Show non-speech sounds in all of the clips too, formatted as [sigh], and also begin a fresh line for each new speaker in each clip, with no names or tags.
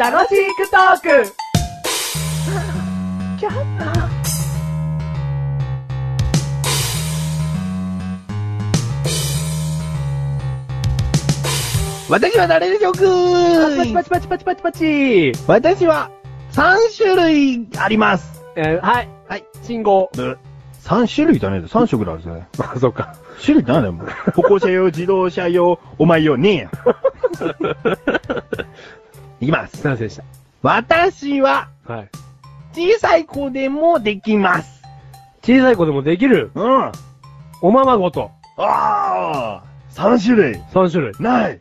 楽しくトーク
私は誰でしょうく
パチパチパチパチパチパチ、え
私は3種類あります。
ーはい。
はい。
信号。
3種類じゃないで3色なんですね。
[laughs] あ、そっか。 [laughs]
種類って何だよ、もう。歩行者用、自動車用、お前用、ねえ。 [laughs] いきます。
すいませんでし
私は
た。はい。
小さい子でもできます。
小さい子でもできる、
うん。あ
おままごと、
あ3種類。
3種類。
[laughs] ない。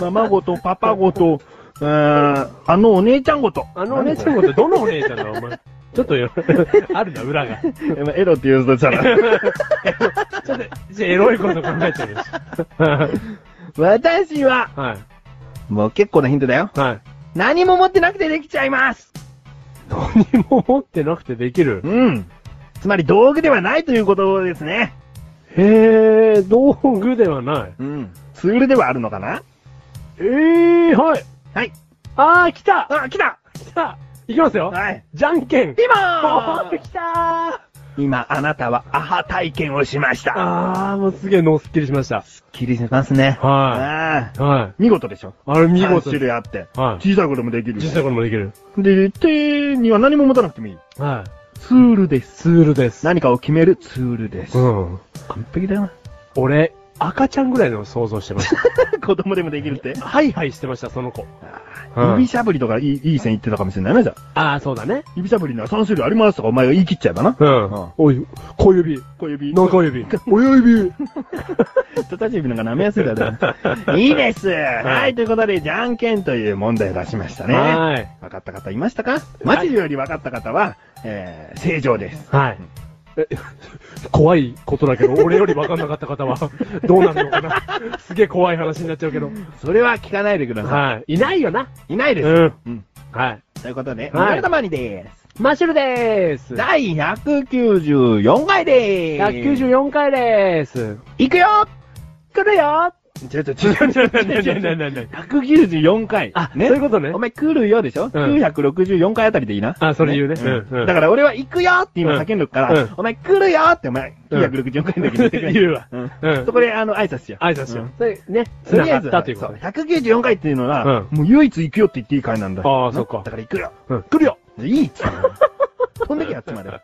ママごと、パパごと、うーんあのお姉ちゃんごと。
あのお姉ちゃんごと、どのお姉ちゃんだ、お [laughs] 前。ちょっとよ、あるな、裏が。ち
えまエロって言うとしたら。
ょっと、エロいこと考えてるし。
[laughs]
[laughs]
私は、
はい。
もう結構なヒントだよ。
はい。
何も持ってなくてできちゃいます。
何も持ってなくてできる。
うん。つまり道具ではないということですね。
へえ、道具ではない。
うん。ツールではあるのかな
ええはい。
はい。
あー、来た
あ、来た
来たいきますよ。
はい。
じゃんけん。
ピボ
おー
ーン
来た
今、あなたはアハ体験をしまし
ー
た。
あー、もうすげえ脳すっきりしました。
キリしますね。
は
ああ
い。はい。
見事でしょ
あれ見
三
事
種。類あって。
はい。
小さいこともできる
実。際これもできる。
で、手には何も持たなくてもいい。
はい。
ツールです。
ツールです。
何かを決めるツールです。
うん。
完璧だな。
俺、赤ちゃんぐらいの想像してまし [laughs]
子供でもできるって。
た。ハイハイしてました、その子。うん
指しゃぶりとかいいいい線いってたかもしれないな、じゃあ。
ああ、そうだね。
指しゃぶりなら3種類ありますとかお前が言い切っちゃえばな。
うん。おい、小指、
小指。 [laughs]
中指、親指。
人差し指なんか舐めやすいだろ。
[laughs]
いいです。はい、ということで、じゃんけんという問題を出しましたね。わ
はい。
かった方いましたかマジよりわかった方は、えー、正常です。
はい。え怖いことだけど、俺より分かんなかった方は、どうなるのかな。すげえ怖い話になっちゃうけど。
それは聞かないでくださ
はい。いないよな。
い。いないです。
うん。
うん
はい。
ということで、
はい
おたまにです。
マッシュルでーす。
第194回でーす。
194回でー [laughs] す。
いくよ
来るよ
ちょちょちょちょちょちょちょ194回。
あ、そういうことね
お。前来るよでしょ、?964 回あたりでいいな。
あそれ言うねうんうん
だから俺は行くよって今叫んどくから、
うん
お前来るよってお前、
うん
964回の時に言ってくれ。
言うわ。
うん
うん
そ。こであの挨拶しよう。
挨拶しよ
うん
う。それね、
と
繋
りあ
が
えず、
ったというこ
そ
と
う
で。
194回っていうのは、
う
もう唯一行くよって言っていい回なんだ。
ああそっか
だから行くよ。
うん。来るよ
いいっつうの飛んでけやつ
[laughs]
まで。
はい。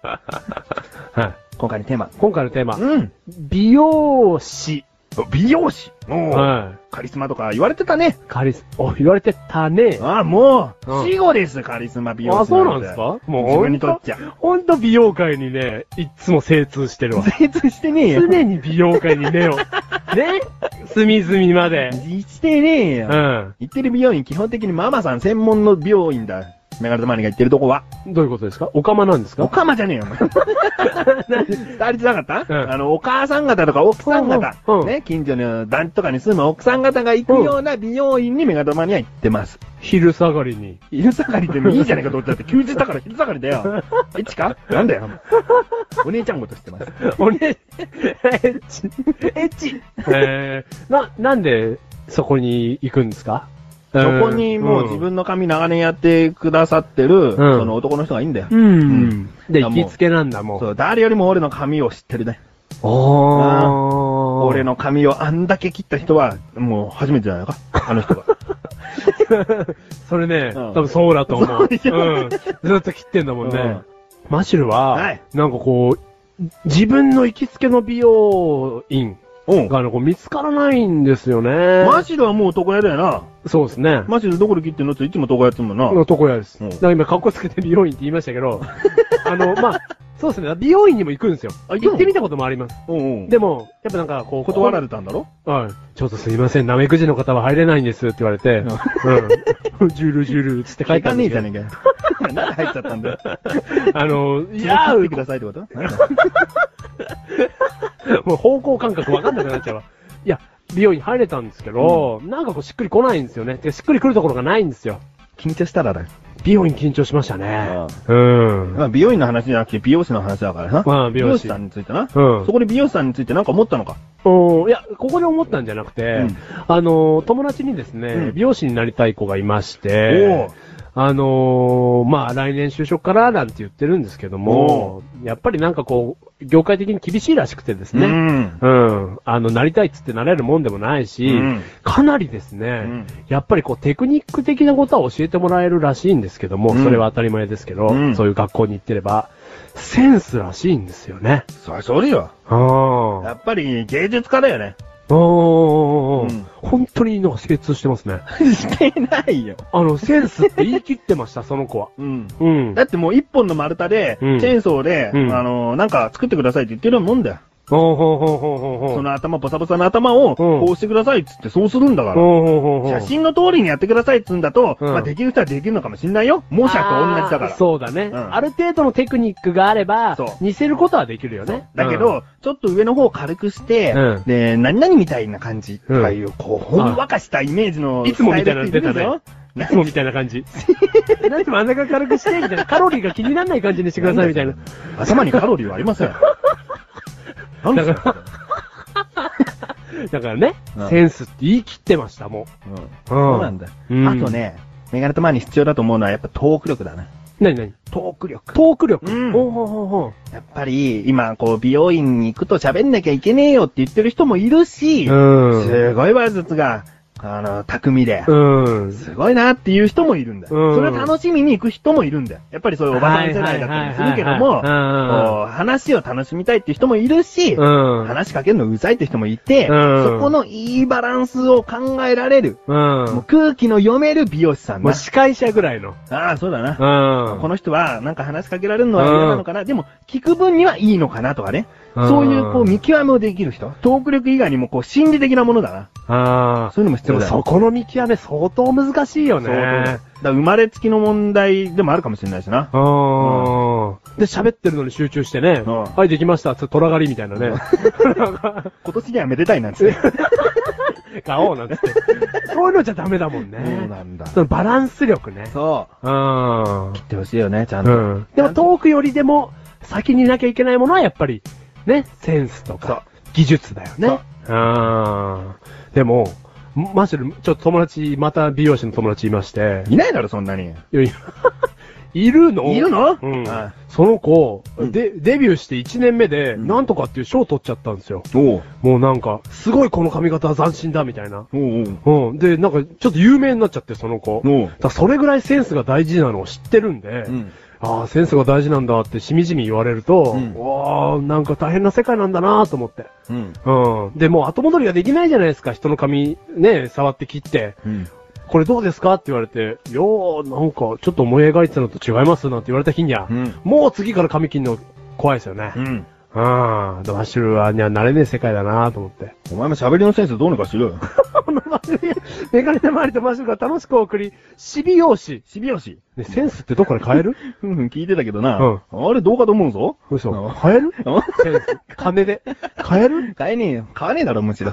今回のテーマ。
今回のテーマ、
うん。
美容師。
美容師。もう、
は
カリスマとか言われてたね。
い。カリス、お、言われてたね。
ああ、もう、
うん
死後です、カリスマ美容師。
あ、そうなんですかもう
自分にとっちゃ。
ほんと美容界にね、いっつも精通してるわ。
精通してねえよ。
常に美容界に目 [laughs] を。ね隅々まで。
してねえよ。
うん。
行ってる美容院、基本的にママさん専門の美容院だ。メガネマニが行ってるとこは。
どういうことですかおかまなんです
お
か
かまじゃねえよ、お前。
[laughs]
伝わりづらかった、
うん
あの、お母さん方とか奥さん方、
うんうん
ね、近所の団地とかに住む奥さん方が行くような美容院にメガネマニは行ってます。
昼下がりに。
昼下がりでもいいじゃねえかと思っちゃって、休日だから昼下がりだよ。
[laughs]
エッチかなんだよ。お姉ちゃんごとしてます。
おね、エッチ。エッチ。えー、な、なんで、そこに行くんですか
そこにもう自。分の髪長年やってくださってる、その男の人がいいんだよ。
うん。
う
うん、で、行きつけなんだ、もう。
そう、誰よりも俺の髪を知ってるね。
おー。
俺。の髪をあんだけ切った人は、もう初めてじゃない
[laughs]
かあの人が。
それね、
うん
多分そうだと
[laughs]
思
そう
う。
でしょ
ん。ずっと切ってんだもんね。
うん
マシュルは、
はい
なんかこう、自分の行きつけの美容院
うん。
がねこう見つからないんですよね。
マシルはもう床屋だよな。
そうですね。
マシルどこで切ってんのっていつも床屋やってんもんな。
のとこやです。
うん
だから今、格好つけて美容院って言いました
[laughs]
けど、あの、まあ、そうですね。美容院にも行くんですよ。
あ行くの
行ってみたこともあります。
うんうん。
でも、やっぱなんかこう、
断られたんだろ
はい。ちょっとすいません、ナメクジの方は入れないんですって言われて、うん。ジュルジュルつって書いてあるん
ね
で
え [laughs]
す
じゃ
け
ねえかよ。なんで入っちゃったんだよ。
ど。あの、い
い
や
ってくださいってことなんだ
もう方向感覚わかんなくなっちゃうわ。いや、美容院入れたんですけど、なんかこうしっくり来ないんですよね。てかしっくり来るところがないんですよ。
緊張したらだよ。
美容院緊張しましたね。う
ま
ん。
あ、美容院の話じゃなくて美容師の話だからな。
まあ美容師
師さんについてな。
うん
そこで美容師さんについてなんか思ったのか。
おいや、ここで思ったんじゃなくて、
うん
あの、友達にですね、
うん
美容師になりたい子がいまし
お
て
ー、
あのーまあ、来年就職からなんて言ってるんですけども、やっぱりなんかこう、業界的に厳しいらしくてです
う
ね、
ん。
うん、あの、なりたいっつってなれるもんでもないし、
うん
かなりですね、
ん
やっぱりこう、テクニック的なことは教えてもらえるらしいんですけども、
うん
それは当たり前ですけど、
うん
そういう学校に行ってれば、センスらしいんですよね。
そりゃそうだよ。
あ
やっぱり芸術家だよね。
おー、
うん
本当になんか精通してますね。
[laughs] してないよ。
あの、センスって言い切ってました、その子は。
うん。
うん。
だってもう一本の丸太で、チ
うん
ェーンソーで、
うん
あの、なんか作ってくださいって言ってるようなもんだよ。
ほうほうほうほうほうほう。
その頭、ボサボサの頭を、
うん
こうしてくださいってってそうするんだから。
ほうほうほうほう。
写真の通りにやってくださいって言うんだと、
うん
まあできる人はできるのかもしんないよ。模写と同じだか
あー
ら。
そうだね、
うん
ある程度のテクニックがあれば
そう、
似せることはできるよね。
だけど、ちょっと上の方を軽くして、
うん
で、何々みたいな感じとかいう、こう、ほんわかしたイメージの
いつもみたいなの出たね
スタイルって
うん、いつもみたい
[laughs]
な感じ。なんて真ん中軽くして、みたいな。カロリーが気にならない感じにしてください、みたいな。
いるでしょ。頭にカロリーはあり
[laughs]
ません。なんですか、
だからね、
うん
センスって言い切ってました、も
うん、
う。
そうなんだ、
うん
あとね、メガネとマに必要だと思うのはやっぱトーク力だね。
なになに
トーク力。
トーク力。
うん
ほうほうほうほう。
やっぱり、今、こう、美容院に行くと喋んなきゃいけねえよって言ってる人もいるし、
うん
すごい話術が、あの、巧みで、
うん。
すごいなっていう人もいるんだよ。
うん
それを楽しみに行く人もいるんだよ。やっぱりそういうおばさん世代だったりするけども、
はいはいはいはい
こう話を楽しみたいっていう人もいるし、
うん。
話しかけるのうざいって人もいて、
うん
そこのいいバランスを考えられる、
うん
もう空気の読める美容師さん
も
だ
う。司会者ぐらいの。
ああ、そうだな。
うん。
この人は、なんか話しかけられるのは嫌なのかな、でも、聞く分にはいいのかなとかね。
うん
そういう、こう、見極めをできる人。トーク力以外にも、こう、心理的なものだな。
ああ。
そういうのも必
で
要
も
だよ。
そこの見極め相当難しいよ
そうだよ
ね。
だから生まれつきの問題でもあるかもしれないしな。
うん。で、喋ってるのに集中してね。
うん
はい、できました。つ虎狩りみたいなね。
今年にはめでたいなんつって。 [laughs] そ
ガオーなんつ
[laughs]
って。そういうのじゃダメだもんね。
んだ
そのバランス力ね。
そ
うん。
う。ってほしいよね、ちゃん
う
と。
ん。でも遠くよりでも、先になきゃいけないものはやっぱり、ね、センスとか、技術だよね。うん。でも、マジで、ちょっと友達、また美容師の友達いまして、
いないだろ、そんなに。
いやいやいるの
いるの
うん
ああ。
その子、
うん
で、デビューして1年目で、
うん
なんとかっていう賞を取っちゃったんですよ。
おう。
もうなんか、すごいこの髪型は斬新だ、みたいな。
おう
うん。で、なんか、ちょっと有名になっちゃって、その子。
おう。おう
だからそれぐらいセンスが大事なのを知ってるんで、
うん。
ああ、センスが大事なんだってしみじみ言われると、
うん
わあ、なんか大変な世界なんだなと思って。
うん。
うん。で、もう後戻りができないじゃないですか、人の髪、ね、触って切って。
うん。
これどうですかって言われて、いやー、なんか、ちょっと思い描いてたのと違いますなんて言われた日にゃ、
うん
もう次から髪切るの怖いですよね。
うん。
うん。マッシュルはには慣れねえ世界だなと思って。 [laughs]
お前も喋りのセンスどうにかしろよ。
この番組、メガネた周りとマッシュルが楽しくお送り、シビ容姿。
しびよし。
ね、センスってどっから変える
ふんふん聞いてたけどな。あれどうかと思うぞ。
嘘
あ。
変える
あ
センス。金で。変える
買えねえよ。買わねえだろ、むしろ。